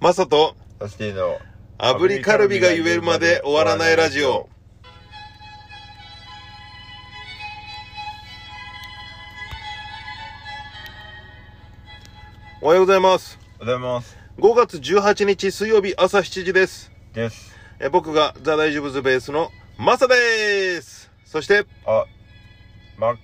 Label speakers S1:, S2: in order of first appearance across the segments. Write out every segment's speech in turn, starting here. S1: マサと
S2: サスティの
S1: 炙りカルビが言えるまで終わらないラジオ。おはようございます。
S2: おはようございます
S1: 5月18日水曜日朝7時です。
S2: です
S1: え僕がザ・大丈夫ズベースのマサです。そして、
S2: あマッ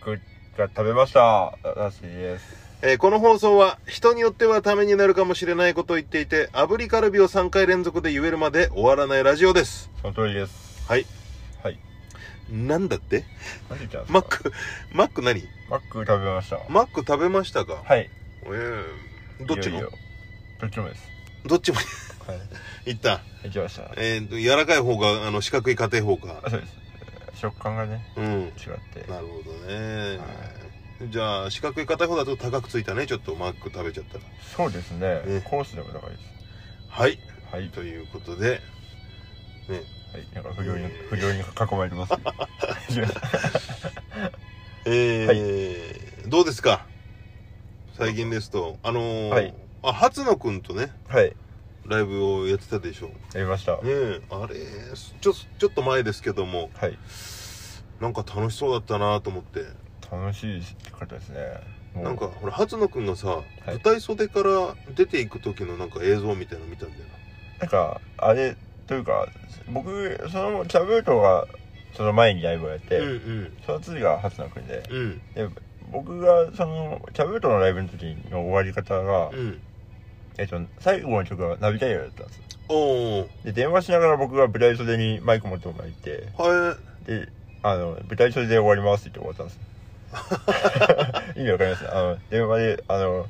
S2: クが食べましたサスティです
S1: えーこの放送は人によってはためになるかもしれないことを言っていて、炙りカルビを3回連続で言えるまで終わらないラジオです。
S2: その通りです
S1: はい。
S2: はい
S1: なんだって
S2: マジちゃん
S1: マック、マック何
S2: マック食べました
S1: マック食べましたか
S2: はい
S1: ええどっち
S2: い
S1: も
S2: よいよどっちもです
S1: どっちも
S2: はい
S1: 行った。
S2: 行きました
S1: えー、柔らかい方が、あの、四角い家庭方
S2: あ
S1: か。
S2: そうです食感がね
S1: うん。
S2: 違って
S1: なるほどね
S2: は。
S1: じゃあ、四角い家庭方だと高くついたね。ちょっとマック食べちゃったら。
S2: そうですね
S1: ね
S2: コースでも高いです
S1: はい。
S2: はい
S1: ということで、
S2: はいなんか不良に不良に囲まれ てますけど
S1: えーどうですか最近ですと、あのー、
S2: はい
S1: あ、初野くんとね、
S2: はい
S1: ライブをやってたでしょ。ね
S2: やりましたは
S1: え、あれ、ちょ、ちょっと前ですけども、
S2: い
S1: なんか楽しそうだったなと思って。
S2: 楽しい方ですねもう
S1: なんかほら初野くんがさ、
S2: い
S1: 舞台袖から出ていく時のなんか映像みたいなの見たんだよ
S2: なんかあれというか僕そのキャブートがその前にライブをやって、
S1: なうん
S2: その次が初の国で
S1: うんうん
S2: で僕がそのキャブートのライブの時の終わり方が、
S1: うん
S2: えっと、最後の曲がナビタイヤだったんですよ
S1: おお
S2: で電話しながら僕が舞台袖にマイク持ってもらって
S1: は
S2: であの舞台袖で終わりますって言って終わ ったんですよ意味わかりますあの電話であの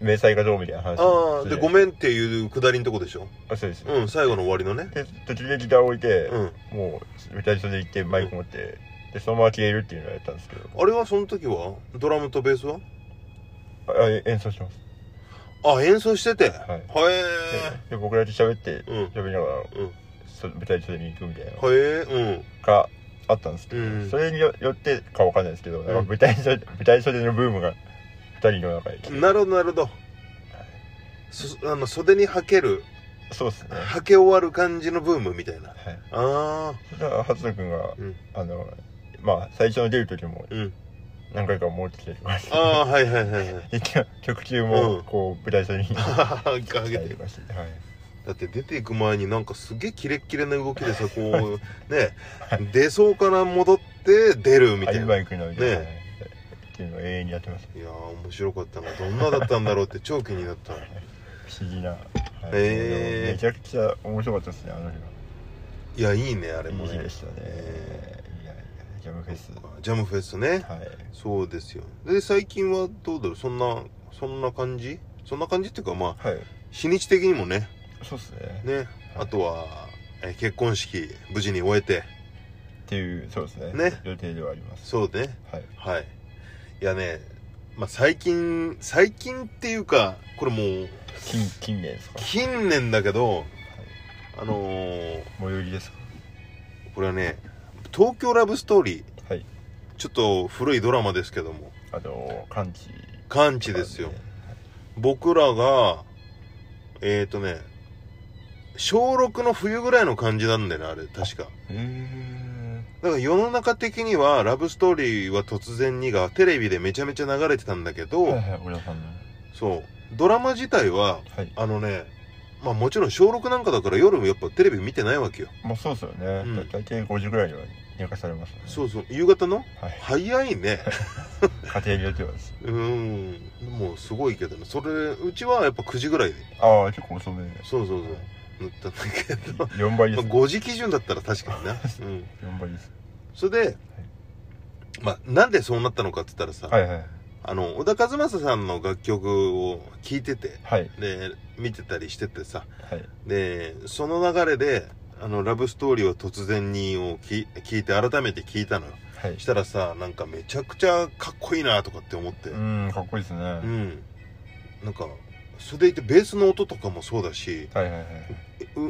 S2: 明細がどうみたいな話
S1: い
S2: を
S1: ああで
S2: して
S1: ごめんっていうくだりのとこでしょ
S2: あそうです、
S1: うん最後の終わりのね
S2: で途中でギターを置いて、
S1: うん
S2: もう舞台袖行ってマイク持って、でそのまま消えるっていうのをやったんですけど
S1: あれはその時はドラムとベースは
S2: あえ演奏します
S1: あ演奏してて
S2: はい
S1: は
S2: で
S1: え
S2: で僕らと喋って
S1: うん
S2: 喋りながら、
S1: うん
S2: そ舞台袖に行くみたいなの
S1: はえ
S2: があったんですけど、
S1: うん
S2: それによよってかわかんないですけど、なんか舞台袖舞台袖のブームが2人の中で来て
S1: うんなるほどなるほどそあの袖にはける
S2: そうですねは
S1: はけ終わる感じのブームみたいないああ
S2: そしたら初野君が、
S1: うん
S2: あのまあ最初の出る時も
S1: うん
S2: 何回か持ってきてくれ まし
S1: ああはいはいはいはい
S2: で曲中
S1: うん
S2: もこう舞台袖に
S1: はは はか
S2: 来
S1: け
S2: た
S1: て
S2: りとかして、はい
S1: だって出ていく前になんかすげえキレッキレな動きでさこうね出そうから戻って出るみたい
S2: アイ
S1: な
S2: バ
S1: い
S2: イクのみ
S1: ね
S2: たいなっていうのを永遠にやってました
S1: やー面白かったなどんなだったんだろうって超気になったい
S2: 不思議な、はい
S1: へー
S2: めちゃくちゃ面白かったですねあの日
S1: やいいねあれ
S2: は
S1: も
S2: いい日
S1: ね
S2: でしたね、
S1: え
S2: いやいやジャムフェスは
S1: ジャムフェスね
S2: い
S1: そうですよで最近はどうだろうそんなそんな感じそんな感じっていうかまあ
S2: はい
S1: 日にち的にもね
S2: そうっすね
S1: ね
S2: はい
S1: あとは、え結婚式無事に終えて
S2: っていうそうですね
S1: ね
S2: 予定ではあります
S1: そうね
S2: はい
S1: はい。いやね、まあ、最近、最近っていうか、これもう、
S2: 近近年ですか
S1: 近年だけど、あのー
S2: 最寄りですか
S1: これはね、東京ラブストーリー、
S2: はい
S1: ちょっと古いドラマですけども、
S2: あと完治
S1: 完治ですよ。僕らが、えっ、ー、とね、小6の冬ぐらいの感じなんだよね、あれ、確か。
S2: へえ
S1: だから世の中的には、ラブストーリーは突然にが、テレビでめちゃめちゃ流れてたんだけど、
S2: はいはい小田さんの
S1: そう、ドラマ自体は、
S2: はい
S1: あのね、まあもちろん小6なんかだから夜もやっぱテレビ見てないわけよ。
S2: まあそうですよね、
S1: うん
S2: だ大体5時ぐらいには入荷されますね
S1: そうそう、夕方の
S2: はい
S1: 早い ね。
S2: 家庭によってはです
S1: うーん、もうすごいけどね。それ、うちはやっぱ9時ぐらいで。
S2: ああ結構遅めで
S1: そうそうそう。塗ったんだけど。
S2: 4倍
S1: ま
S2: で
S1: あ
S2: す
S1: 5時基準だったら確 かにな。うん。
S2: 4倍です
S1: それで、まあなんでそうなったのかって言ったらさ、
S2: はいはい
S1: あの、小田和正さんの楽曲を聴いてて、
S2: はい
S1: で、見てたりしててさ、
S2: はい
S1: でその流れで「あのラブストーリーは突然に」をき聞いて改めて聞いたのよ
S2: はい
S1: したらさなんかめちゃくちゃかっこいいなとかって思ってうん、
S2: うんかっこいいですね、はい
S1: なんかそれでいてベースの音とかもそうだし
S2: はいはい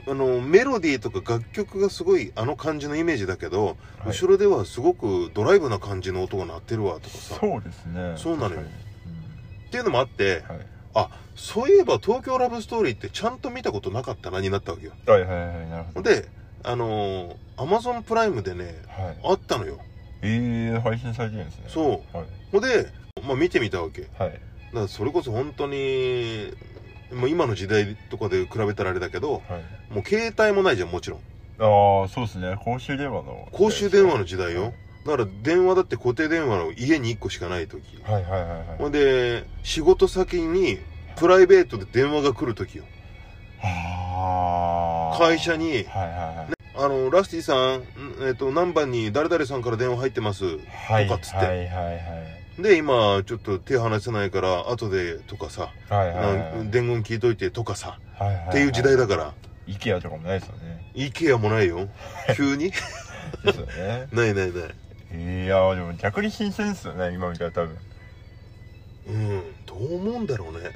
S2: う
S1: あのメロディーとか楽曲がすごいあの感じのイメージだけど、
S2: はい
S1: 後ろではすごくドライブな感じの音が鳴ってるわとかさ
S2: そうですね
S1: そうなのよ
S2: 確かに
S1: っていうのもあって
S2: うんはい
S1: あそういえば東京ラブストーリーってちゃんと見たことなかったなになったわけよ
S2: はいはいはいなるほど
S1: であのアマゾンプライムでね
S2: はい
S1: あったのよ
S2: えー、配信されてるんですね
S1: そう
S2: はい
S1: ほんで、まあ、見てみたわけだか
S2: はい
S1: らそれこそ本当にもう今の時代とかで比べたらあれだけど
S2: はい
S1: もう携帯もないじゃんもちろん
S2: ああそうですね公衆電話の
S1: 公衆電話の時代よだから電話だって固定電話の家に1個しかない時
S2: はいはいはいはい
S1: ほんで仕事先にプライベートで電話が来る時よ
S2: あー
S1: 会社に
S2: はいはいはい、
S1: あの、ラスティさん、んえっ、と、何番に誰々さんから電話入ってます。
S2: はい
S1: とかっつって
S2: はいはいはい
S1: で、今、ちょっと手離せないから、後で、とかさ、
S2: はいはいはい
S1: なん伝言聞いといて、とかさ、
S2: はいはは
S1: っていう時代だから、
S2: IKEA とかもないですよね
S1: IKEA もないよ。急 に
S2: ですよね
S1: ないないない。
S2: いやーでも逆に新鮮ですよね今見たら多分
S1: うん、どう思うんだろうね。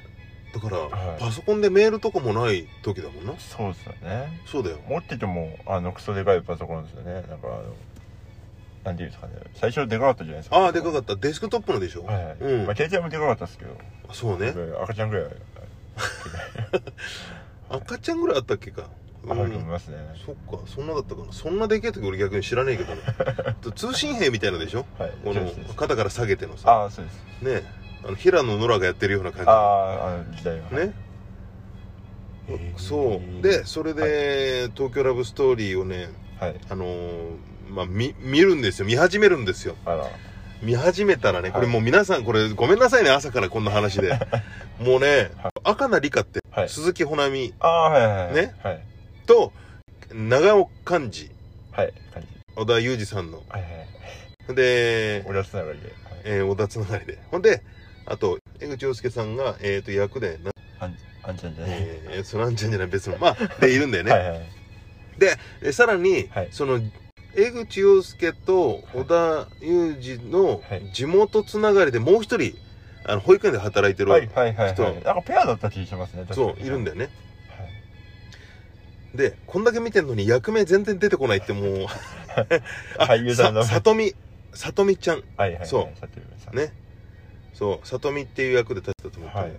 S1: だから、
S2: はい
S1: パソコンでメールとかもない時だもんな。
S2: そうですよね
S1: そうだよ。
S2: 持っててもあのクソでかいパソコンですよねなんかあのなんていうんですかね最初でかかったじゃないですか
S1: ああ、でかかった。デスクトップのでしょ。
S2: はいはい、
S1: うん
S2: まあ、携帯もでかかったですけど、
S1: そうね。
S2: 赤ちゃんぐらい
S1: 赤ちゃんぐらいあったっけか。
S2: あると思い
S1: うん
S2: ますね、
S1: そっか、そんなだったかな。そんなでけえ時俺逆に知らねえけ どね。通信兵みたいなでしょ
S2: はい
S1: こ
S2: そう
S1: の
S2: ですそうです
S1: 肩から下げてのさ
S2: ああそうです
S1: ねあの平野ノラがやってるような
S2: あ
S1: 感
S2: ああの時代は
S1: じね
S2: へー
S1: そうでそれで「東京ラブストーリー」をね
S2: はい
S1: あのーまあ見見るんですよ見始めるんですよ
S2: あら
S1: 見始めたらね
S2: はい
S1: これもう皆さんこれごめんなさいね朝からこんな話 でもうね赤名里香って
S2: はい
S1: 鈴木保奈美
S2: ああはいはいはい
S1: ね
S2: はい
S1: と長尾寛二
S2: はい感じ
S1: 織田裕二さんの
S2: はいはい
S1: で、
S2: 俺はつながりで、はい
S1: えー、織田つながりでほんであと江口洋介さんが、えー、と役で
S2: あんあんちゃんじゃない、
S1: えー、そのあんちゃんじゃない別のまあ でいるんだよね、
S2: はいはい
S1: でさらに、
S2: はい
S1: その江口洋介と小田裕二の
S2: はい
S1: 地元つながりでもう一人あの保育園で働いてる、
S2: はいはいはい
S1: 人
S2: はいなんかペアだった気しますね
S1: そういるん
S2: だ
S1: だよねでこんだけ見てんのに役名全然出てこないっても うあ
S2: 俳優さんの
S1: さとみさとみちゃん
S2: はいはいはい
S1: そう
S2: さてるさん
S1: ねそうさとみっていう役で立ってたと思った、
S2: はい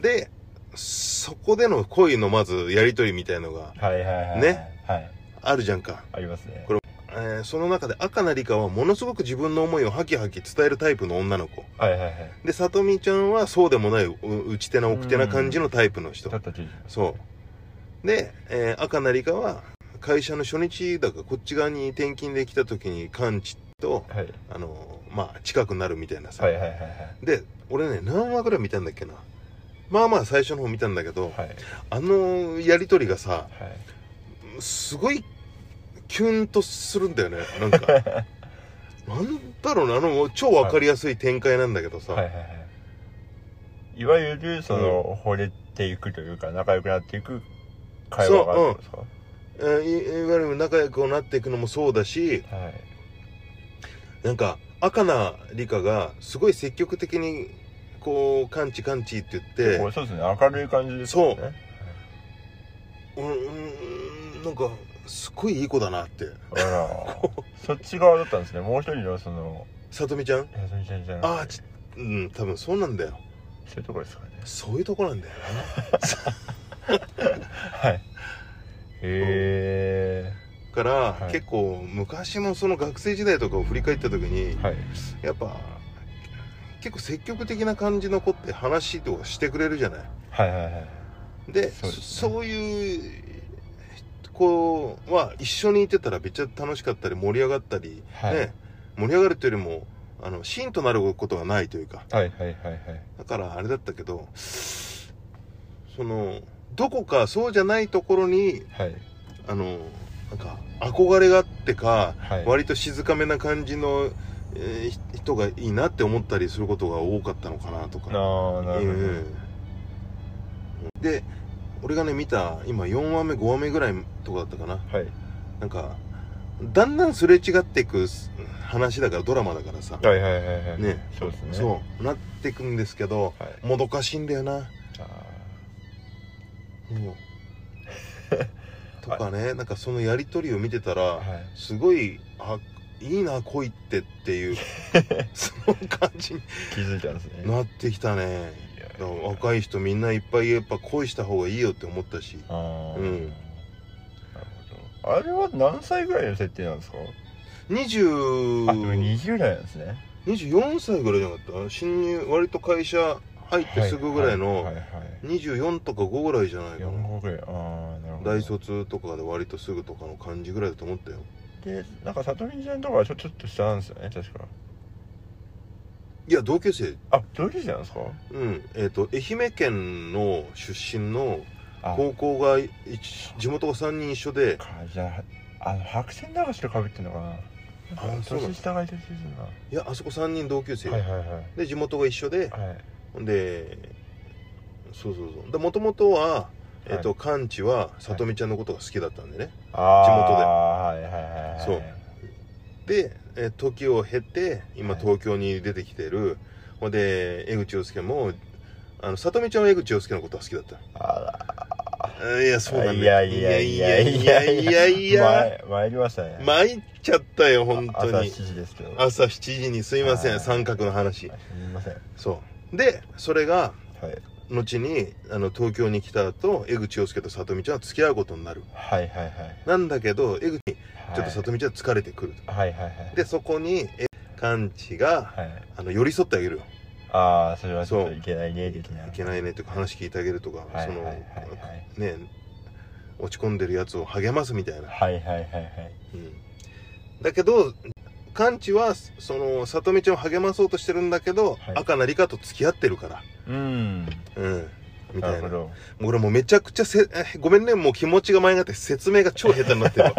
S1: でそこでの恋のまずやり取りみたいのが
S2: はいはいはい
S1: ね
S2: はい
S1: あるじゃんか
S2: ありますね
S1: これえーその中で赤なりかはものすごく自分の思いをハキハキ伝えるタイプの女の子
S2: はいはいはい
S1: でさとみちゃんはそうでもないう打ち手な奥手な感じのタイプの人
S2: だった気します
S1: そうで、えー赤なりかは会社の初日だからこっち側に転勤できた時に完治と
S2: はい
S1: あのーまあ近くなるみたいなさ、
S2: はいはいはいはい
S1: で俺ね何話ぐらい見たんだっけなまあまあ最初の方見たんだけど
S2: はい
S1: あのやり取りがさ
S2: はい
S1: すごいキュンとするんだよねなん かなんだろうなあの超わかりやすい展開なんだけどさ、
S2: はいはいはいいわゆるその、惚れていくというか仲良くなっていく会話があるんですか、
S1: えーいいわゆる仲良くなっていくのもそうだし
S2: はい
S1: なんか赤な理香がすごい積極的にこう「カンチカンチ」って言って
S2: こうそうですね明るい感じですよね
S1: そううんうんなんかすごいいい子だなって
S2: あらそっち側だったんですねもう一人のその
S1: さとみちゃん
S2: やすみちゃんじゃなくて
S1: ああちうん多分そうなんだよ
S2: そういうところですかね
S1: そういうとこなんだよね
S2: はいへ
S1: から、
S2: はい
S1: 結構昔もその学生時代とかを振り返った時に
S2: えはい
S1: やっぱ結構積極的な感じの子って話とかしてくれるじゃない
S2: はいはいはい
S1: で
S2: そ
S1: そうう
S2: ですね
S1: いう子は一緒にいてたらめっちゃ楽しかったり盛り上がったり、
S2: はい
S1: ね、盛り上がるというよりもあの芯となることがないというか
S2: はいはいはいはい
S1: だからあれだったけどそのどこかそうじゃないところに
S2: はい
S1: あのなんか憧れがあってか
S2: はい
S1: 割と静かめな感じの、えーひ人がいいなって思ったりすることが多かったのかなとか。
S2: ああなるほ
S1: う
S2: ど、
S1: んで俺がね見た今4話目5話目ぐらいとかだったかな
S2: はい
S1: なんかだんだんすれ違っていくす話だからドラマだからさ、
S2: はいはいはいはい
S1: ね
S2: そうですね
S1: そうなっていくんですけど
S2: はい
S1: もどかしいんだよな
S2: あ
S1: もうとかねなんかそのやり取りを見てたら、
S2: ーはい
S1: すごいあいいな恋 ってっていうその感じに
S2: 気づいたんですね
S1: なってきたね
S2: いや
S1: だから若い人みんないっぱいやっぱ恋した方がいいよって思ったし
S2: ああ、
S1: うん
S2: なるほどあれは何歳ぐらいの設定なんですか
S1: 20
S2: あでも20代なんですね
S1: 24歳ぐらいじゃなかった新入割と会社入ってすぐぐらい
S2: はは
S1: の
S2: いはい
S1: 24とか5ぐらいじゃないか
S2: 4
S1: な
S2: 号ぐらいああなるほど
S1: 大卒とかで割とすぐとかの感じぐらいだと思ったよ
S2: でなんか里見ちゃんとかはちょちょっと下なんですよね確か
S1: いや同級生
S2: あ同級生なんですか
S1: うんえっ、と愛媛県の出身の
S2: あ
S1: 高校が一地元が3人一緒で
S2: かじゃああの白線流しとかぶってんのかな
S1: あ
S2: なんか
S1: そうなんだ
S2: 年下がいた気がするない
S1: やあそこ3人同級生、
S2: はいはいはい
S1: で地元が一緒で
S2: はい
S1: でそうそうそうでもともとはえっ、と
S2: は
S1: 完治はさとみちゃんのことが好きだったんでね、
S2: あーはいはいはいはい
S1: そうで、えー時を経て今
S2: はい
S1: 東京に出てきてる、ほんで江口洋介もあの里美ちゃんは江口洋介のことが好きだった
S2: あ
S1: あいやそうなん
S2: ら
S1: だ
S2: いやいやいやいやいや
S1: いやいや
S2: ま参りましたね
S1: 参っちゃったよ本
S2: あ
S1: 当
S2: 朝
S1: に
S2: 7時ですけどす
S1: 朝7時にすいませ
S2: は
S1: ん
S2: い
S1: 三角の話
S2: みませんは
S1: そうでそれが
S2: い
S1: 後にあの東京に来た後江口洋介と里美ちゃんは付き合うことになる
S2: はいはいはい
S1: なんだけど江口に
S2: はい
S1: ちょっと里美ちゃんは疲れてくると、
S2: はいはいはい
S1: でそこにえ完治が
S2: はい
S1: あの寄り添ってあげるよ
S2: ああそれはちょっ
S1: そ
S2: と
S1: う
S2: いけないね的ない
S1: けないねとか話聞いてあげるとか、
S2: はい
S1: その、
S2: はいはい
S1: ね落ち込んでるやつを励ますみたいな、
S2: はいはいはいはい
S1: うん、だけどカンチはその里美ちゃんを励まそうとしてるんだけど、
S2: はい
S1: 赤なりかと付き合ってるから
S2: うん
S1: うんみ
S2: な
S1: た
S2: る
S1: いな
S2: ほ
S1: もう
S2: ど
S1: 俺もうめちゃくちゃせえごめんねもう気持ちが前がって説明が超下手になってる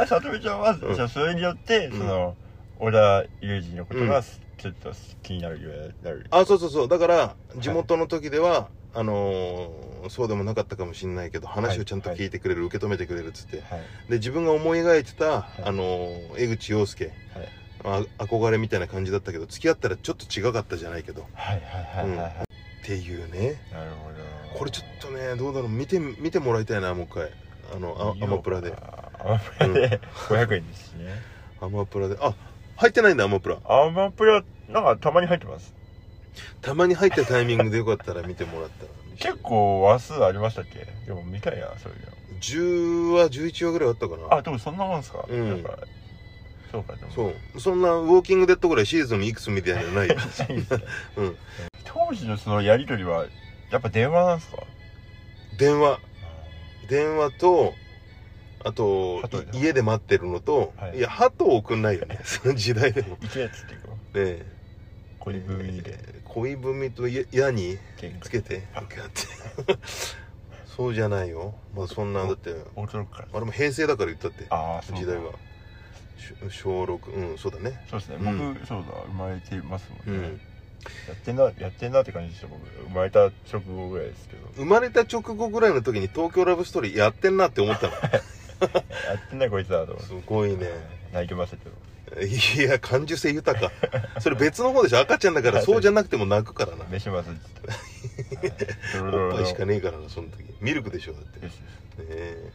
S2: あさとみちゃんは、
S1: うん
S2: じゃあそれによって、
S1: うん
S2: その小田裕二のこと
S1: う
S2: が
S1: ん
S2: ちょっと好きになるようになる、
S1: あそうそうそうだから地元の時では、あのーそうでもなかったかもしれないけど話をちゃんと聞いてくれる、受け止めてくれるっつって
S2: はい
S1: で自分が思い描いてた、
S2: い
S1: あの江口洋介、まあ、憧れみたいな感じだったけど付き合ったらちょっと違かったじゃないけどっ
S2: はいはいはいはいはいはい、
S1: ていうね
S2: なるほど
S1: これちょっとねどうだろう見て見てもらいたいなもう一回あのあアマプラで
S2: アマプラで500円ですしね
S1: アマプラであ入ってないんだアマプラ
S2: アマプラなんかたまに入ってます
S1: たまに入ったタイミングでよかったら見てもらったら
S2: 結構話数ありましたっけでも見たいなそういう
S1: 10話11話ぐらいあったか
S2: のあ
S1: な
S2: でもそんなもんですか、
S1: うん
S2: なんかそうかでも
S1: そうそんなウォーキングデッドぐらいシーズンいくつみたいなのないよ
S2: ないですね
S1: うん
S2: 当時のそのやり取りはやっぱ電話なんですか
S1: 電話電話とあと
S2: 鳩
S1: い家で待ってるのと、
S2: はい
S1: い、や鳩を送んないよねその時代でもね
S2: いけやつっていうか
S1: え
S2: 恋文で
S1: えー恋文とや矢に
S2: 喧
S1: つ
S2: 嘩
S1: けて受け合って そうじゃないよまあそんなだって
S2: 驚くから
S1: あれも平成だから言ったって
S2: ああそうだ
S1: 時代はし小6うんそうだね
S2: そうですね、
S1: うん
S2: 僕そうだ生まれてますもんね、
S1: うん、
S2: やってんなやってんなって感じでした僕生まれた直後ぐらいですけど
S1: 生まれた直後ぐらいの時に「東京ラブストーリー」やってんなって思った の
S2: やってんなこいつだと思って
S1: すごいね
S2: 泣いてましたけど
S1: いや感受性豊かそれ別の方でしょ赤ちゃんだ からそうじゃなくても泣くからな
S2: 飯ますっつってはいドロドロ
S1: おっ
S2: の
S1: ぱいしかねえからなその時ミルクでしょだってね
S2: よしよし
S1: え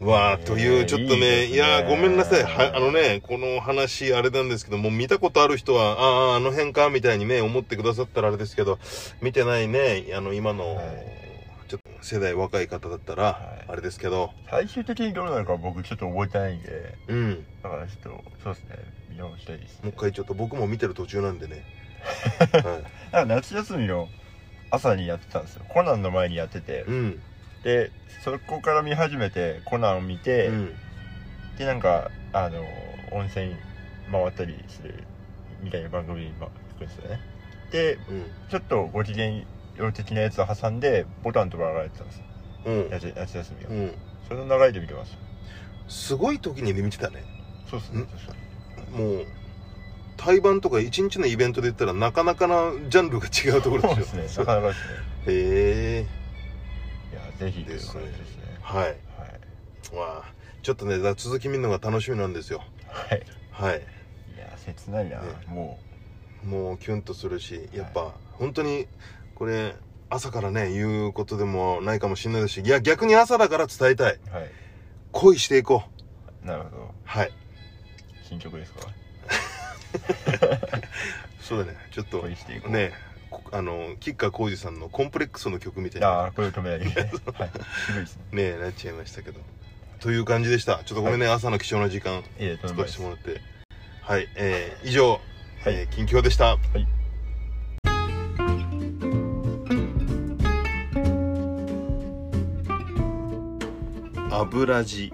S1: わあ
S2: ねえ
S1: というちょっとね
S2: いいですね
S1: いやーごめんなさいはあのねこの話あれなんですけどもう見たことある人はあああの辺かみたいにね思ってくださったらあれですけど見てないねあの今の、
S2: はい
S1: ちょっと世代若い方だった
S2: は
S1: ら
S2: い
S1: あれですけど、
S2: 最終的にどうなるか僕ちょっと覚えてないんで
S1: うん
S2: だからちょっとそうですね見直したいです
S1: もう
S2: ね
S1: 一回ちょっと僕も見てる途中なんで ね、は
S2: なんか夏休みの朝にやってたんですよコナンの前にやってて
S1: い、うん
S2: でそこから見始めてコナンを見
S1: う
S2: て、
S1: ん
S2: でなんかあの温泉回ったりするみたいな番組にま聞くんですよねで
S1: うん
S2: ちょっとご機嫌よう的なやつを挟んでボタンとかがれてたんですよ
S1: うん
S2: 夏夏休みを、
S1: うん
S2: その流れで見てました
S1: すごい時に見てたね
S2: そうっすね
S1: ん
S2: 確かに
S1: もう対バンとか一日のイベントで言ったらなかなかなジャンルが違うところ
S2: そう
S1: で
S2: ですす
S1: よ
S2: ねなかなかですね
S1: へえ
S2: いやぜひとい
S1: で
S2: う
S1: すね
S2: 感じですね
S1: はいわあちょっとねだから続き見るのが楽しみなんですよ
S2: はい、はい、
S1: はい
S2: いや切ないな、
S1: ね
S2: も
S1: もうキュンとするしやっぱ本当にこれ朝からね言うことでもないかもしれないですしいや逆に朝だから伝えたいう
S2: はい
S1: 恋していこう
S2: なるほど
S1: はい
S2: 新曲ですか
S1: そうだねちょっと
S2: 恋していこう
S1: ねこあの吉川晃司さんの「コンプレックス」の曲みたい
S2: あ
S1: な
S2: あこれ止めなきゃいけない はい渋いですね
S1: ねえなっちゃいましたけどという感じでしたちょっとごめんね、朝の貴重な時間
S2: いえとん
S1: 使
S2: でも
S1: わ
S2: ないで
S1: せ
S2: す
S1: てもらってはいえー、以上、
S2: はい
S1: えー近況でした
S2: はい
S1: 油地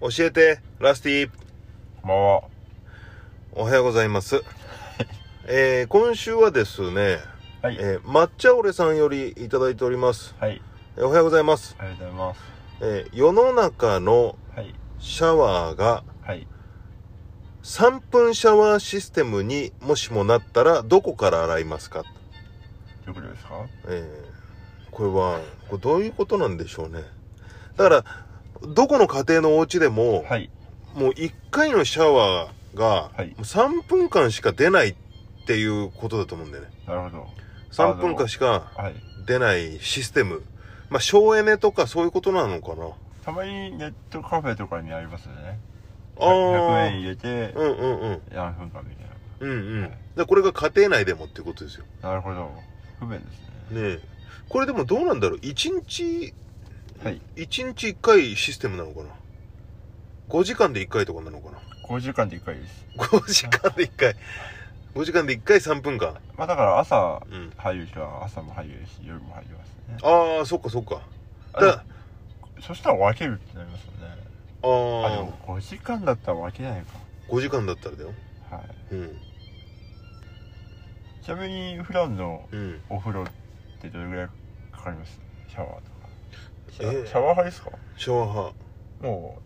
S1: 教えてラスティ
S2: こんばんは
S1: おはようござい ます、えー、今週はですね、
S2: はい、
S1: えー、抹茶オレさんよりいただいております
S2: はい
S1: えーおはようございます、
S2: ありがとうございます
S1: えー、世の中の
S2: はい
S1: シャワーが
S2: はい
S1: 3分シャワーシステムにもしもなったらどこから洗いますか、
S2: どういうことですか
S1: えーこれはこれどういうことなんでしょうねだからどこの家庭のお家でも、
S2: はい
S1: もう1回のシャワーが
S2: はい
S1: もう3分間しか出ないっていうことだと思うんだよね
S2: なるほど
S1: 3分間しか
S2: はい
S1: 出ないシステムまあ省エネとかそういうことなのかな
S2: たまにネットカフェとかにありますよね
S1: あ
S2: 100
S1: あ
S2: 円入れて
S1: うんうんうん
S2: 何分間みたい
S1: うんうんでこれが家庭内でもってことですよ
S2: ななるほど不便ですね
S1: ねえこれでもどうなんだろう1日
S2: はい
S1: 1日1回システムなのかな5時間で1回とかなのかな
S2: 5時間で1回です
S1: 5時間で1回5時間で1回3分間
S2: まあだから朝
S1: うん
S2: 入る人は朝も入れるし夜も入りますね
S1: ああそっかそっか
S2: あ
S1: だ
S2: そしたら分けるってなりますよね
S1: あ
S2: あで
S1: あ
S2: も5時間だったら分けないか
S1: 5時間だったらだよ
S2: は
S1: う
S2: い
S1: ん
S2: ちなみに普段の
S1: うん
S2: お風呂ってどれぐらいかかりますシャワーとかシ
S1: えー
S2: ャシャワー派ですか
S1: シャワー派
S2: も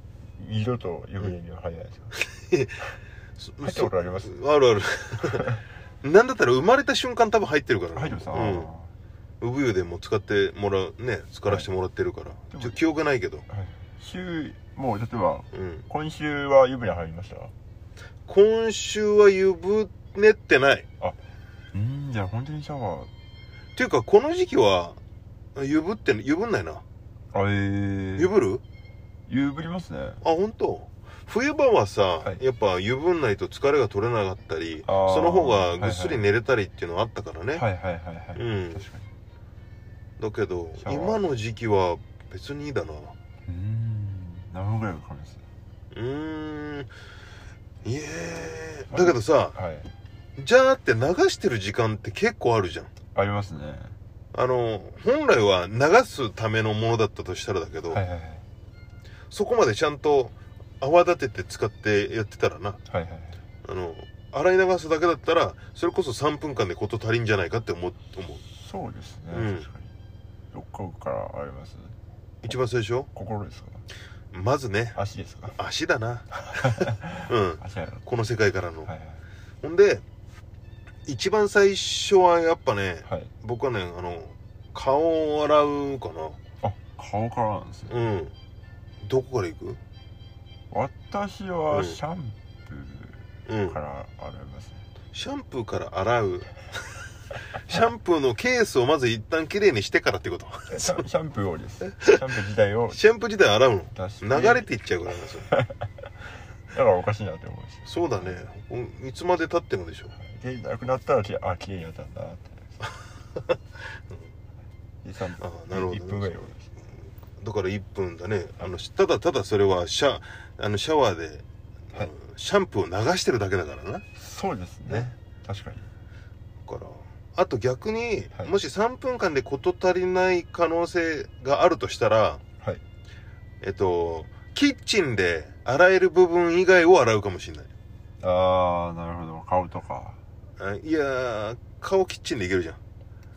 S2: う二度と湯船には入らないですか
S1: そ
S2: 入ったことあります
S1: あるある なんだったら生まれた瞬間多分入ってるからね
S2: 入ってますあ
S1: うん産湯でも使ってもらうね使わせてもらってるから、
S2: でも
S1: ちょっと記憶ないけど
S2: ーはい週もう例えば
S1: うん
S2: 今週は湯船入りました
S1: 今週は湯船ってない
S2: うんじゃあ本当にシャワー
S1: っていうかこの時期は湯ぶって湯ぶんないな
S2: あえ
S1: 湯ぶる
S2: 湯ぶりますね
S1: あ本当冬場はさ、
S2: はい
S1: やっぱ湯ぶんないと疲れが取れなかったり
S2: あー
S1: その方がぐっすり寝れたりっていうのはあったからね、
S2: はいはいはいはい、
S1: うん
S2: 確かに
S1: だけど
S2: シャワ
S1: 今
S2: ー
S1: の時期は別にいいだなう
S2: うん何分ぐらいかかります
S1: ーんいえだけどさ
S2: はい
S1: じゃーって流してる時間って結構あるじゃん
S2: ありますね
S1: あの本来は流すためのものだったとしたらだけど、
S2: はいはいはい
S1: そこまでちゃんと泡立てて使ってやってたらな
S2: はいはいはい
S1: あの洗い流すだけだったらそれこそ3分間で事足りんじゃないかって思う思う
S2: そうですね、
S1: うん
S2: 確かにどっかからあります
S1: 一番最初
S2: 心ですか
S1: まずね
S2: 足ですか
S1: 足だ なうん
S2: 足やろ
S1: この世界からの、
S2: はい
S1: ほんで一番最初はやっぱね
S2: はいはい
S1: 僕はねあの顔を洗うか
S2: あ顔からなんですね
S1: なうんどこから行く
S2: 私
S1: う
S2: は
S1: ん
S2: シャン
S1: う
S2: プ
S1: ん
S2: ーから洗いますね、
S1: シャンプーから洗う シャンプーのケースをまず一旦きれいにしてからって こと
S2: シャンシャンプーをです シャンプー自体を
S1: シャンプー自体洗うの
S2: 出して
S1: 流れていっちゃうからなんですよ
S2: だからおかしいなって思うんです よ
S1: そうだねうんいつまで経ってもでしょ
S2: でなくなったらきあ綺麗になったんだってで3分
S1: あなるほどね
S2: 1分ぐらいで終わりまし
S1: だから1分だねあのしただただそれはシャあのシャワーで、
S2: はい
S1: あのシャンプーを流してるだけだからなだか
S2: たそうですね
S1: ね
S2: 確かに
S1: らあと逆に、
S2: はい
S1: もし3分間で事足りない可能性があるとしたら
S2: はい
S1: えっとキッチンで洗える部分以外を洗うかもしれない
S2: ああなるほど顔とか
S1: あいやー顔キッチンでいけるじゃん、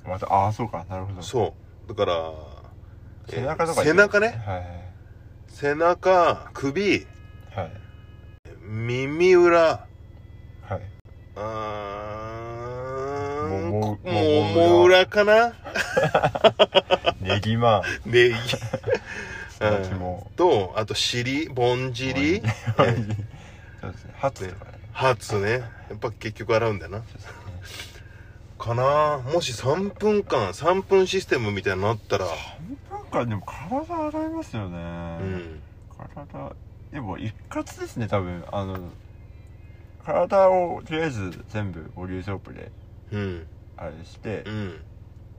S2: またああそうかなるほど
S1: そうだから
S2: 背中とか
S1: えー背中ね
S2: はい
S1: 背中首
S2: はい
S1: 耳裏
S2: はい
S1: うーん
S2: も
S1: も
S2: も
S1: う
S2: も
S1: もう裏かな
S2: ネギマ ン
S1: でい
S2: 私も
S1: とあと尻ぼんじり
S2: そうですねハツとかね
S1: ハツねやっぱ結局洗うんだな
S2: そうですね
S1: かなもし3分間3分システムみたいになったら
S2: 3分間でも体洗いますよね、
S1: うん
S2: 体でも一括ですね多分あの体をとりあえず全部ボディーソープで
S1: うん
S2: あれして
S1: うん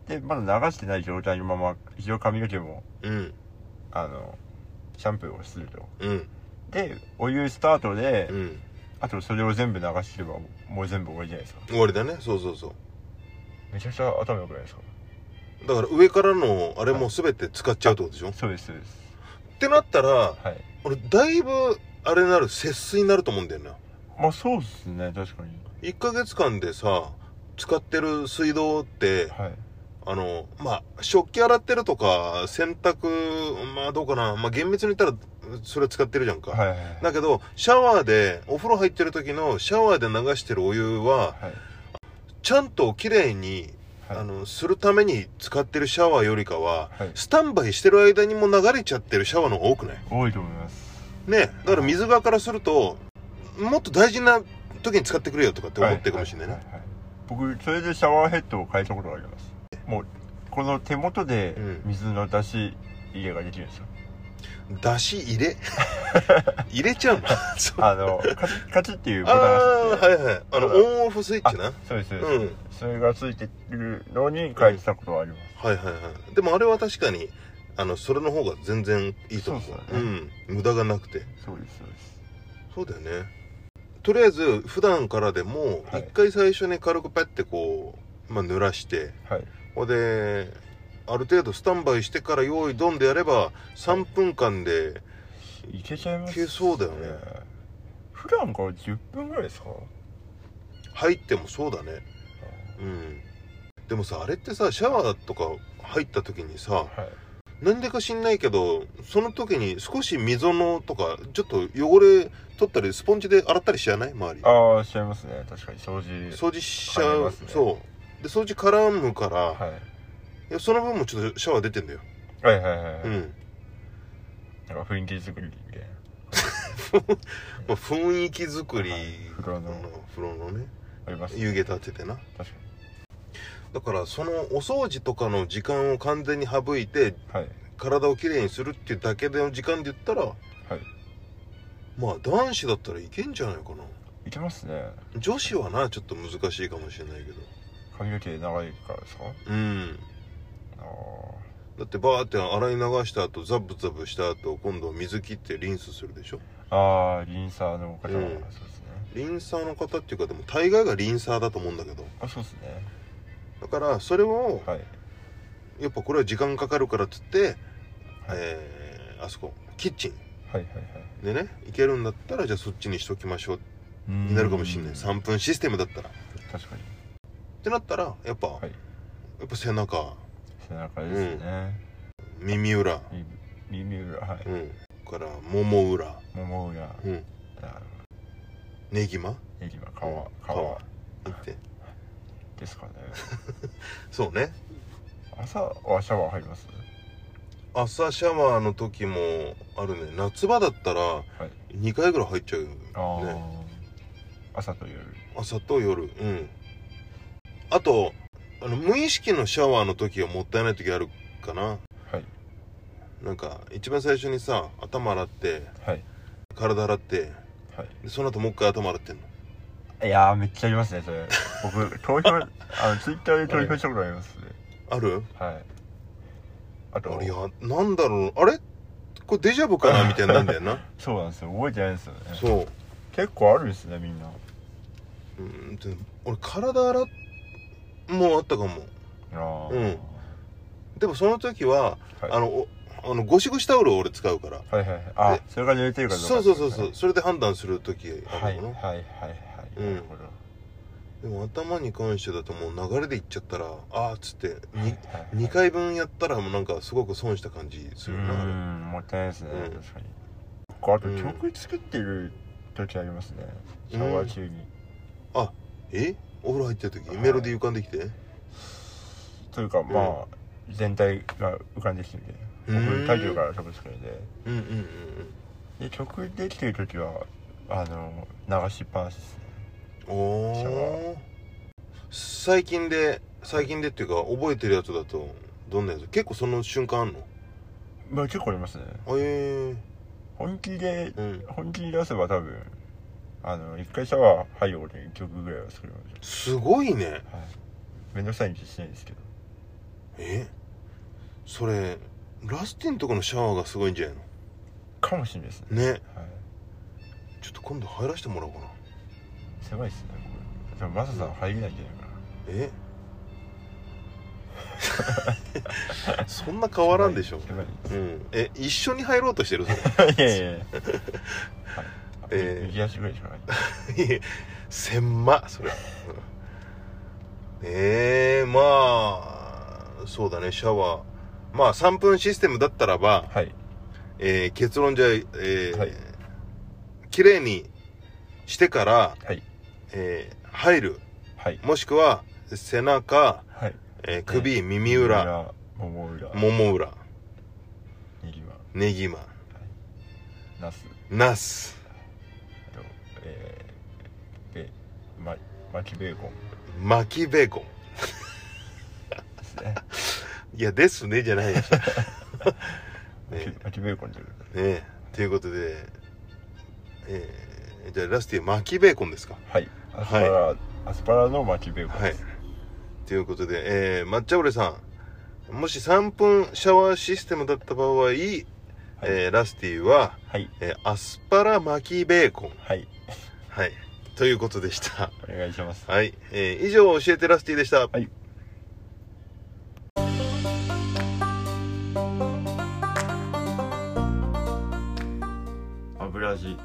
S2: でまだ流してない状態のまま一応髪の毛も
S1: うん
S2: あのシャンプーをすると
S1: うん
S2: でお湯スタートで、
S1: うん
S2: あとそれを全部流してればもう全部終わりじゃないですか
S1: 終わりだねそうそうそ
S2: めちゃくちゃ頭良くないですか
S1: うだから上からのあれも全て使っちゃうってことでしょ、っ
S2: そうですそうです
S1: てなったら
S2: はい
S1: 俺だいぶあれになる節水になると思うんだよな
S2: まあそうですね確かに
S1: 1ヶ月間でさ使ってる水道って
S2: はい
S1: あのまあ食器洗ってるとか洗濯まあどうかなまあ厳密に言ったらそれ使ってるじゃんか、
S2: はいはいはい
S1: だけどシャワーでお風呂入ってる時のシャワーで流してるお湯は
S2: はい
S1: ちゃんときれいに、
S2: はい
S1: あのするために使ってるシャワーよりかは
S2: はい
S1: スタンバイしてる間にも流れちゃってるシャワーの方が多くない
S2: 多いと思います
S1: ねだから水側からするともっと大事な時に使ってくれよとかって思ってるかもしれないね、
S2: ははははい僕それでシャワーヘッドを変えたことがありますもうこの手元で
S1: うん
S2: 水の出し入れができるんですよ、
S1: 出し入 れ入れちゃうのそう
S2: あのカチッカチッっていうボタン
S1: あ
S2: が
S1: ー
S2: ついて
S1: はいはいあの
S2: うん
S1: オンオフスイッチな
S2: そうですそう
S1: う
S2: です、
S1: ん
S2: それがついてるのに変えてたことはあります、
S1: はいはいはいでもあれは確かにあのそれの方が全然いいと思う
S2: そうそううね
S1: ん無駄がなくて
S2: そうですそうです
S1: そうだよねとりあえず普段からでも
S2: はい
S1: 一回最初に軽くパッてこう、まあ、濡らして
S2: はい
S1: ほんである程度スタンバイしてから用意ドンでやれば3分間で
S2: いけちゃいます
S1: いけそうだよね
S2: 普段から10分ぐらいですか
S1: 入ってもそうだねうんでもさあれってさシャワーとか入った時にさ
S2: はい
S1: なんでか知んないけどその時に少し溝のとかちょっと汚れ取ったりスポンジで洗ったりしちゃない周り
S2: ああしちゃいますね確かに掃除
S1: 掃除しちゃ
S2: 絡み
S1: う、
S2: ますね
S1: そうで掃除絡むから、
S2: はい
S1: いやその分もちょっとシャワー出てんだよ、
S2: はいはいはい、はい
S1: うん
S2: なんか雰囲気作りみたいな
S1: まあ、雰囲気作り、
S2: はい風呂の
S1: うん風呂のね
S2: あります
S1: 湯気立ててな
S2: 確か
S1: だからそのお掃除とかの時間を完全に省いて
S2: にはい
S1: 体をきれいにするっていうだけでの時間で言ったら
S2: はい
S1: まあ男子だったらいけんじゃないかない
S2: けますね
S1: 女子はなちょっと難しいかもしれないけど
S2: 髪の毛長いからですか
S1: うん
S2: あ
S1: だってバーって洗い流した後ザブザブした後今度水切ってリンスするでしょ
S2: ーあーリンサーの方はそう
S1: うん
S2: ですね、
S1: リンサーの方っていうかでも大概がリンサーだと思うんだけど
S2: あそうですね
S1: だからそれを
S2: はい
S1: やっぱこれは時間かかるからっつって、
S2: はい
S1: えーあそこキッチン
S2: はいはいはい
S1: でね行けるんだったらじゃあそっちにしときましょうに
S2: に
S1: なるかもしれない3分システムだったらっ
S2: 確かに
S1: てなったらやっぱ、
S2: はい
S1: やっぱ背中
S2: 背中ですね、
S1: 耳裏、
S2: み耳裏はい
S1: うん、からもも裏、
S2: もも裏
S1: うん、
S2: あ
S1: ねぎま
S2: ネギは皮
S1: うん
S2: 皮
S1: 行って
S2: ですかね
S1: そうね
S2: 朝はシャワー入ります
S1: 朝シャワーの時もあるね夏場だったら
S2: い
S1: 2回ぐらい入っちゃうよ、
S2: ああ、
S1: ね、
S2: 朝と夜
S1: 朝と夜うんあとあの無意識のシャワーの時はもったいない時あるかな
S2: はい
S1: なんか一番最初にさ頭洗って
S2: はい
S1: 体洗って
S2: はい
S1: でその後もう一回頭洗ってんの
S2: いやーめっちゃありますねそれ僕投票あのツイッターで投票したことありますね
S1: ある
S2: はいあと
S1: あれやなんだろうあれこれデジャブかなみたいになんだよ な
S2: そうなんですよ覚えてないんですよね
S1: そう
S2: 結構あるんですねみんな
S1: うんでも俺体洗っもうあったかも
S2: あー
S1: うんでもその時は、
S2: はい
S1: あのおあのゴシゴシタオルを俺使うから
S2: はいはいはいあ
S1: で
S2: それが濡れてるかどうか
S1: そうそうそうそう
S2: です
S1: それで判断する時
S2: ね
S1: あ
S2: は
S1: る
S2: い
S1: か
S2: は
S1: な、
S2: いはいはい
S1: うん
S2: なるほど
S1: でも頭に関してだともう流れでいっちゃったらああっつって
S2: はい
S1: に
S2: はいはい
S1: 2回分やったらもうなんかすごく損した感じす
S2: う
S1: るなあれ
S2: んもったいないですね、
S1: うん
S2: 確かに僕あと
S1: うん
S2: 曲作ってる時ありますねシャワー中に、
S1: えお風呂入ってる時
S2: はい
S1: メロディー浮かんできて
S2: というかまあ、全体が浮かんできてみて
S1: うん
S2: 僕太陽から多分作るんで
S1: うんうん
S2: で曲できてる時はあの流しっぱなしですね
S1: うんうんお
S2: シャワ
S1: お最近で最近でっていうか覚えてるやつだとどんなやつ結構その瞬間あんの
S2: まあ結構ありますね
S1: あえ
S2: 本気で
S1: えうん
S2: 本気に出せば多分あの一回シャワー入ることに1曲ぐらいは作れます
S1: す
S2: よ
S1: ごいね
S2: はいめんどくさいんでしないですけど
S1: えそれラスティンとかのシャワーがすごいんじゃない
S2: かもしれないですね、
S1: のね
S2: はい、
S1: ちょっと今度入らせてもらおうかな
S2: 狭いっすねこれでもマサさん入れないんじゃないかな
S1: え そんな変わらんでしょ
S2: 狭い
S1: うんえ一緒に入ろうとしてるそれ
S2: 狭いいやいやいや、はい
S1: えー
S2: 右足ぐらいしかない
S1: いえ狭っそれええまあそうだねシャワーまあ3分システムだったらば、
S2: はい
S1: えー結論じゃえー
S2: はい
S1: 綺麗にしてから、
S2: はい
S1: えー入る
S2: はい
S1: もしくは背中、
S2: はい
S1: えー首、耳裏
S2: もも裏
S1: もも裏
S2: ねぎま
S1: ネギマン
S2: なす
S1: ナス
S2: とえー、でま巻きベーコン
S1: 巻きベーコン
S2: ですね
S1: いやですねじゃないですね
S2: 巻き巻きベーコンで
S1: えということで、えーじゃあラスティ巻きベーコンですか
S2: はいアスパラ、アスパラの巻きベーコン
S1: はい
S2: です、
S1: ということで、えー、抹茶俺さんもし3分シャワーシステムだった場合、えーラスティは、
S2: はい
S1: えーアスパラ巻きベーコン
S2: はい
S1: はいということでした
S2: お願いします
S1: はい、えー以上教えてラスティでした、
S2: はい油味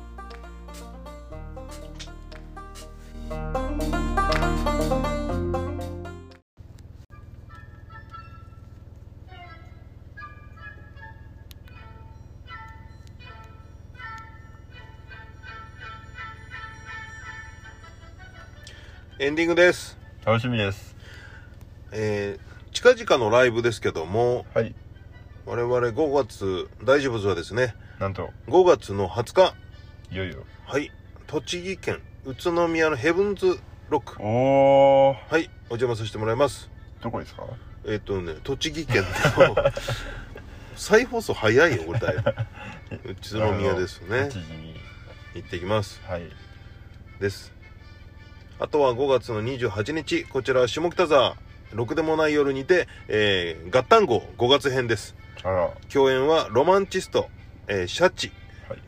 S1: エンディングです
S2: 楽しみです
S1: えー近々のライブですけども
S2: はい
S1: 我々5月大丈夫はですね
S2: なんと
S1: 5月の20日
S2: いよいよ
S1: はい栃木県宇都宮のヘブンズロック
S2: おお
S1: はいお邪魔させてもらいます
S2: どこですか
S1: えっ、とね栃木県の再放送早いよこれだいぶ宇都宮です
S2: あの
S1: ね
S2: 一時に
S1: 行ってきます
S2: はい
S1: ですあとは5月の28日こちら下北沢ろくでもない夜にて、えー、ガッタン号5月編です
S2: あらは
S1: 共演はロマンチスト、えーシャチ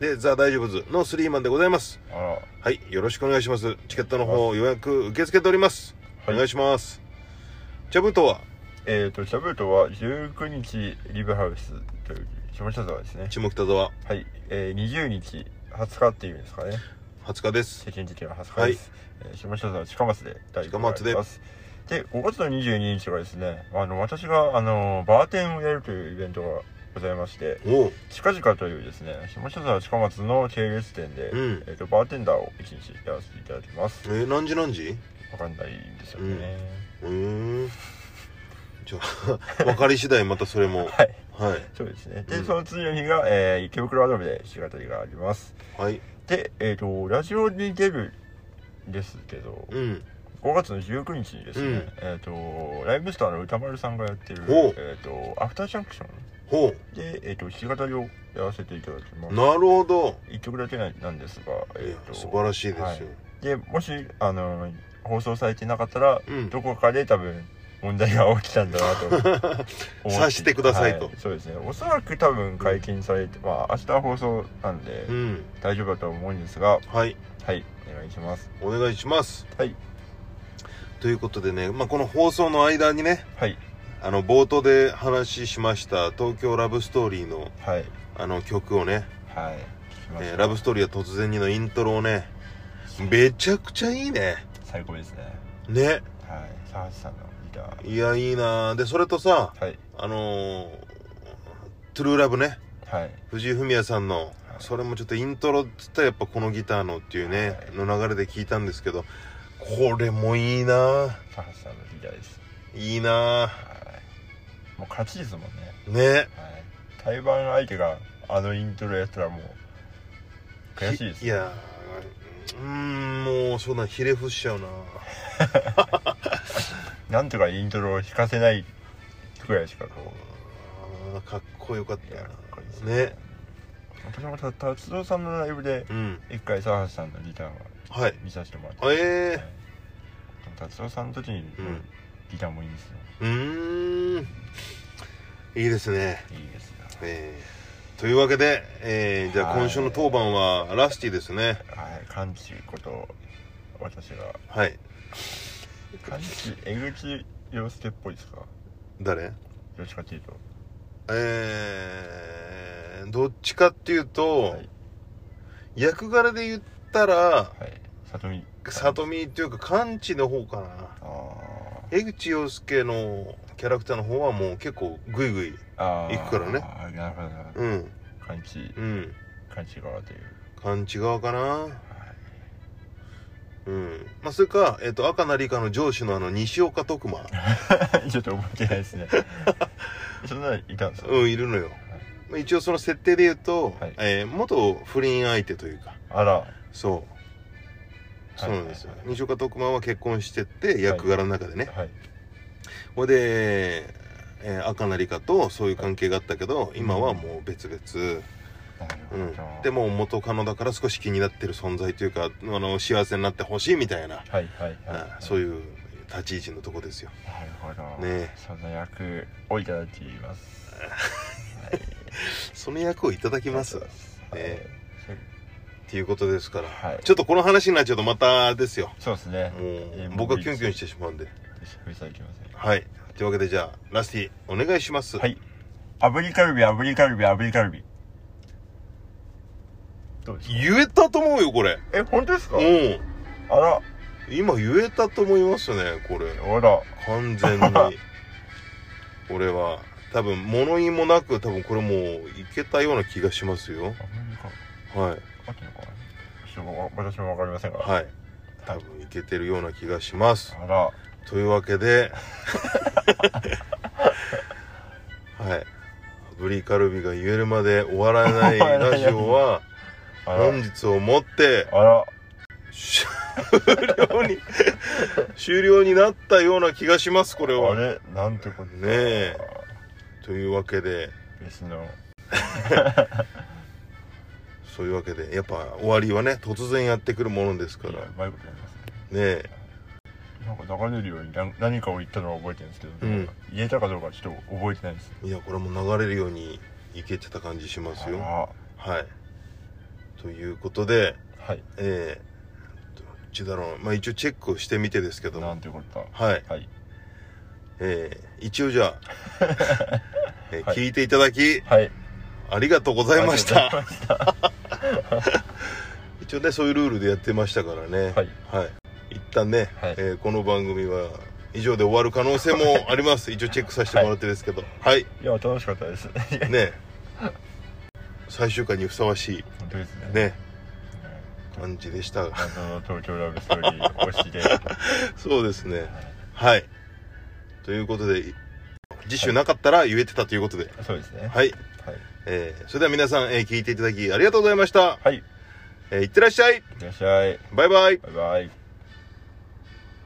S2: い
S1: でザ・大丈夫ズのスリーマンでございます
S2: あら
S1: はいよろしくお願いしますチケットの方予約受け付けております、
S2: はい
S1: お願いしますチャブトは
S2: えっ、ー、とシャブートは19日リブハウスという下北沢ですね
S1: 下北沢
S2: はい、えー、20日20日っていうんですかね
S1: 20日です
S2: 世間事件は20日です、えー下北沢近松で第5回
S1: 近松で
S2: やりますで5月の22日がですねあの私があのバーテンをやるというイベントがございまして
S1: おう
S2: 近々というですね下北沢近松の系列店で、
S1: うん
S2: えー、とバーテンダーを一日やらせていただきます
S1: えー何時何時
S2: わかんないんですよね、
S1: うーんじゃあ 分かり次第またそれも
S2: はい
S1: はい
S2: そうですねで、
S1: うん
S2: その次の日が、えー池袋アドームで弾き語りがあります
S1: はい
S2: でえっ、とラジオに出るんですけど
S1: うん
S2: 5月の19日にですね、
S1: うん
S2: えー、とライブスターの歌丸さんがやってる「
S1: おう
S2: えー、とアフタージャンクション
S1: ほう」
S2: で、えー、と弾き語りをやらせていただきます
S1: なるほど、
S2: 1曲だけなんですが、
S1: い
S2: え
S1: や
S2: ー、と
S1: 素晴らしいですよ、
S2: はいでもしあの放送されてなかったら、
S1: うん
S2: どこかで多分問題が起きたんだなと思って
S1: 察してくださいと
S2: はそうですねおそらく多分解禁されて、まあ明日放送なんで
S1: うん
S2: 大丈夫だと思うんですが
S1: はい
S2: はいお願いします
S1: お願いします
S2: はい
S1: ということでね、まあ、この放送の間にね
S2: はい
S1: あの冒頭で話しました「東京ラブストーリーの」
S2: はい
S1: あの曲をね、
S2: はい聞きまし
S1: えー
S2: た
S1: ラブストーリーは突然に」のイントロをねめちゃくちゃいいね
S2: 最高ですね
S1: ね
S2: はいサハさんのギター
S1: いやいいなでそれとさ
S2: はい
S1: あのートゥルーラブ」ね
S2: はい
S1: 藤井フミヤさんのそれもちょっとイントロっつったらやっぱこのギターのっていうねの流れで聞いたんですけどこれもいいな
S2: サハさんのギターです
S1: いいな
S2: はいもう勝ちですもんね
S1: ね
S2: はい台湾相手があのイントロやったらもう悔しいです
S1: いやーうーんもうそうだなひれ伏しちゃうな
S2: なんとかイントロを弾かせないくらいしかこ
S1: あーかっこよかっ
S2: ういやかっこいいです
S1: たね
S2: 私もた達郎さんのライブで
S1: うん
S2: 一回澤橋さんのギターは
S1: はい
S2: 見させてもらって
S1: あええ
S2: はい達郎さんの時に
S1: うん
S2: ギターもいいですよ
S1: うーんいいですね
S2: いいですよ
S1: えーというわけで、えーじゃあ
S2: はい
S1: 今週の当番はラスティですね
S2: はい完治こと私が
S1: はい
S2: 完治江口洋介っぽいですか
S1: 誰
S2: どっちかっていうと
S1: えーどっちかっていうと、
S2: はい
S1: 役柄で言ったら
S2: はい里見
S1: 里見っていうか完治の方かな
S2: あー
S1: 江口洋介のキャラクターの方はもう結構グイグイ
S2: あー
S1: 行くからね
S2: あーなるほどなるほど
S1: うん
S2: 感知
S1: うん
S2: 感知側という
S1: 勘違側かな
S2: はい
S1: うんまあそれか、えっと赤なりかの上司のあの西岡徳馬
S2: ちょっと覚えてない で すね。そんなのいたんですか、
S1: うんいるのよ、まあ一応その設定で言うと、
S2: はい
S1: えー元不倫相手というか
S2: あら。
S1: そうそうなんですよ、
S2: はい
S1: 西岡徳馬は結婚してって役柄の中でね、
S2: はい。
S1: ほいで、えー赤なりかとそういう関係があったけど、今はもう別々、
S2: なるほ
S1: う
S2: ど。
S1: ん、でも元カノだから少し気になってる存在というかあの幸せになってほしいみたいな、
S2: はいはいはい。
S1: あそう
S2: う。
S1: いう立ち位置のとこですよ
S2: なるほ
S1: ね
S2: ど。
S1: え
S2: その役をいただきます。
S1: その役をいただき
S2: い
S1: ますっ
S2: ね
S1: え
S2: え。
S1: ていうことですから、
S2: はい
S1: ちょっとこの話になっちゃうとまたですよ
S2: そうですね。。
S1: もう僕はキュンキュンしててしまうんで
S2: 久々に来ません。
S1: はいというわけでじゃあラスティお願いします
S2: はい。炙りカルビ、炙りカルビ、炙りカルビ。どうですか
S1: 言えたと思うよこれ
S2: え、本当ですか
S1: うん
S2: あら。
S1: 今言えたと思いますねこれ
S2: あら。
S1: 完全 に俺は多分物言いもなく多分これもういけたような気がしますよ
S2: 炙りカルビ。
S1: はい
S2: 合ってるのかなちょっとわ私もわかりませんが。
S1: はい多分いけてるような気がします
S2: あら。
S1: というわけで はいブリカルビが言えるまで終わらないラジオ は
S2: あら。
S1: 本日をもって
S2: あら。
S1: 終了に 終了になったような気がしますこれ
S2: あ
S1: は
S2: れなんてこと
S1: ね
S2: だ
S1: えというわけで
S2: 別の
S1: そういうわけでやっぱ終わりはね突然やってくるものですからね
S2: うまいことやりますね
S1: え
S2: なんか流れるように何何かを言ったのは覚えてるんですけど、
S1: うん
S2: 言えたかどうかちょっと覚えてないです
S1: いやこれも流れるようにいけてた感じしますよ
S2: あ
S1: はいということで
S2: らはい
S1: えー、どっちだろうまあ一応チェックをしてみてですけど
S2: な
S1: も
S2: んてことだ
S1: はい
S2: はい
S1: えー、一応じ ゃあ、えー
S2: はい
S1: 聞いていただき
S2: はい
S1: ありがとうご
S2: ご
S1: ざいまし
S2: ざい
S1: た
S2: ましたは
S1: 一応ねそういうルールでやってましたからね
S2: い
S1: 一旦ね、
S2: はい
S1: えーこの番組は以上で終わる可能性 もあります一応チェックさせてもらってですけどはい、
S2: いや楽しかったです いや
S1: ね最終回にふさわし
S2: 本当ですね
S1: いね
S2: ね
S1: 感じでした
S2: 謎の東京ラブストーリー推しではい
S1: そうですねはいということでい次週なかったら言えてたということで
S2: そうです
S1: は
S2: ね
S1: い、
S2: はい
S1: えーそれでは皆さん、えー聞いていただきありがとうございました、
S2: はい
S1: えーいってらっしゃい
S2: いらっしゃい
S1: バイバイ
S2: バイバイ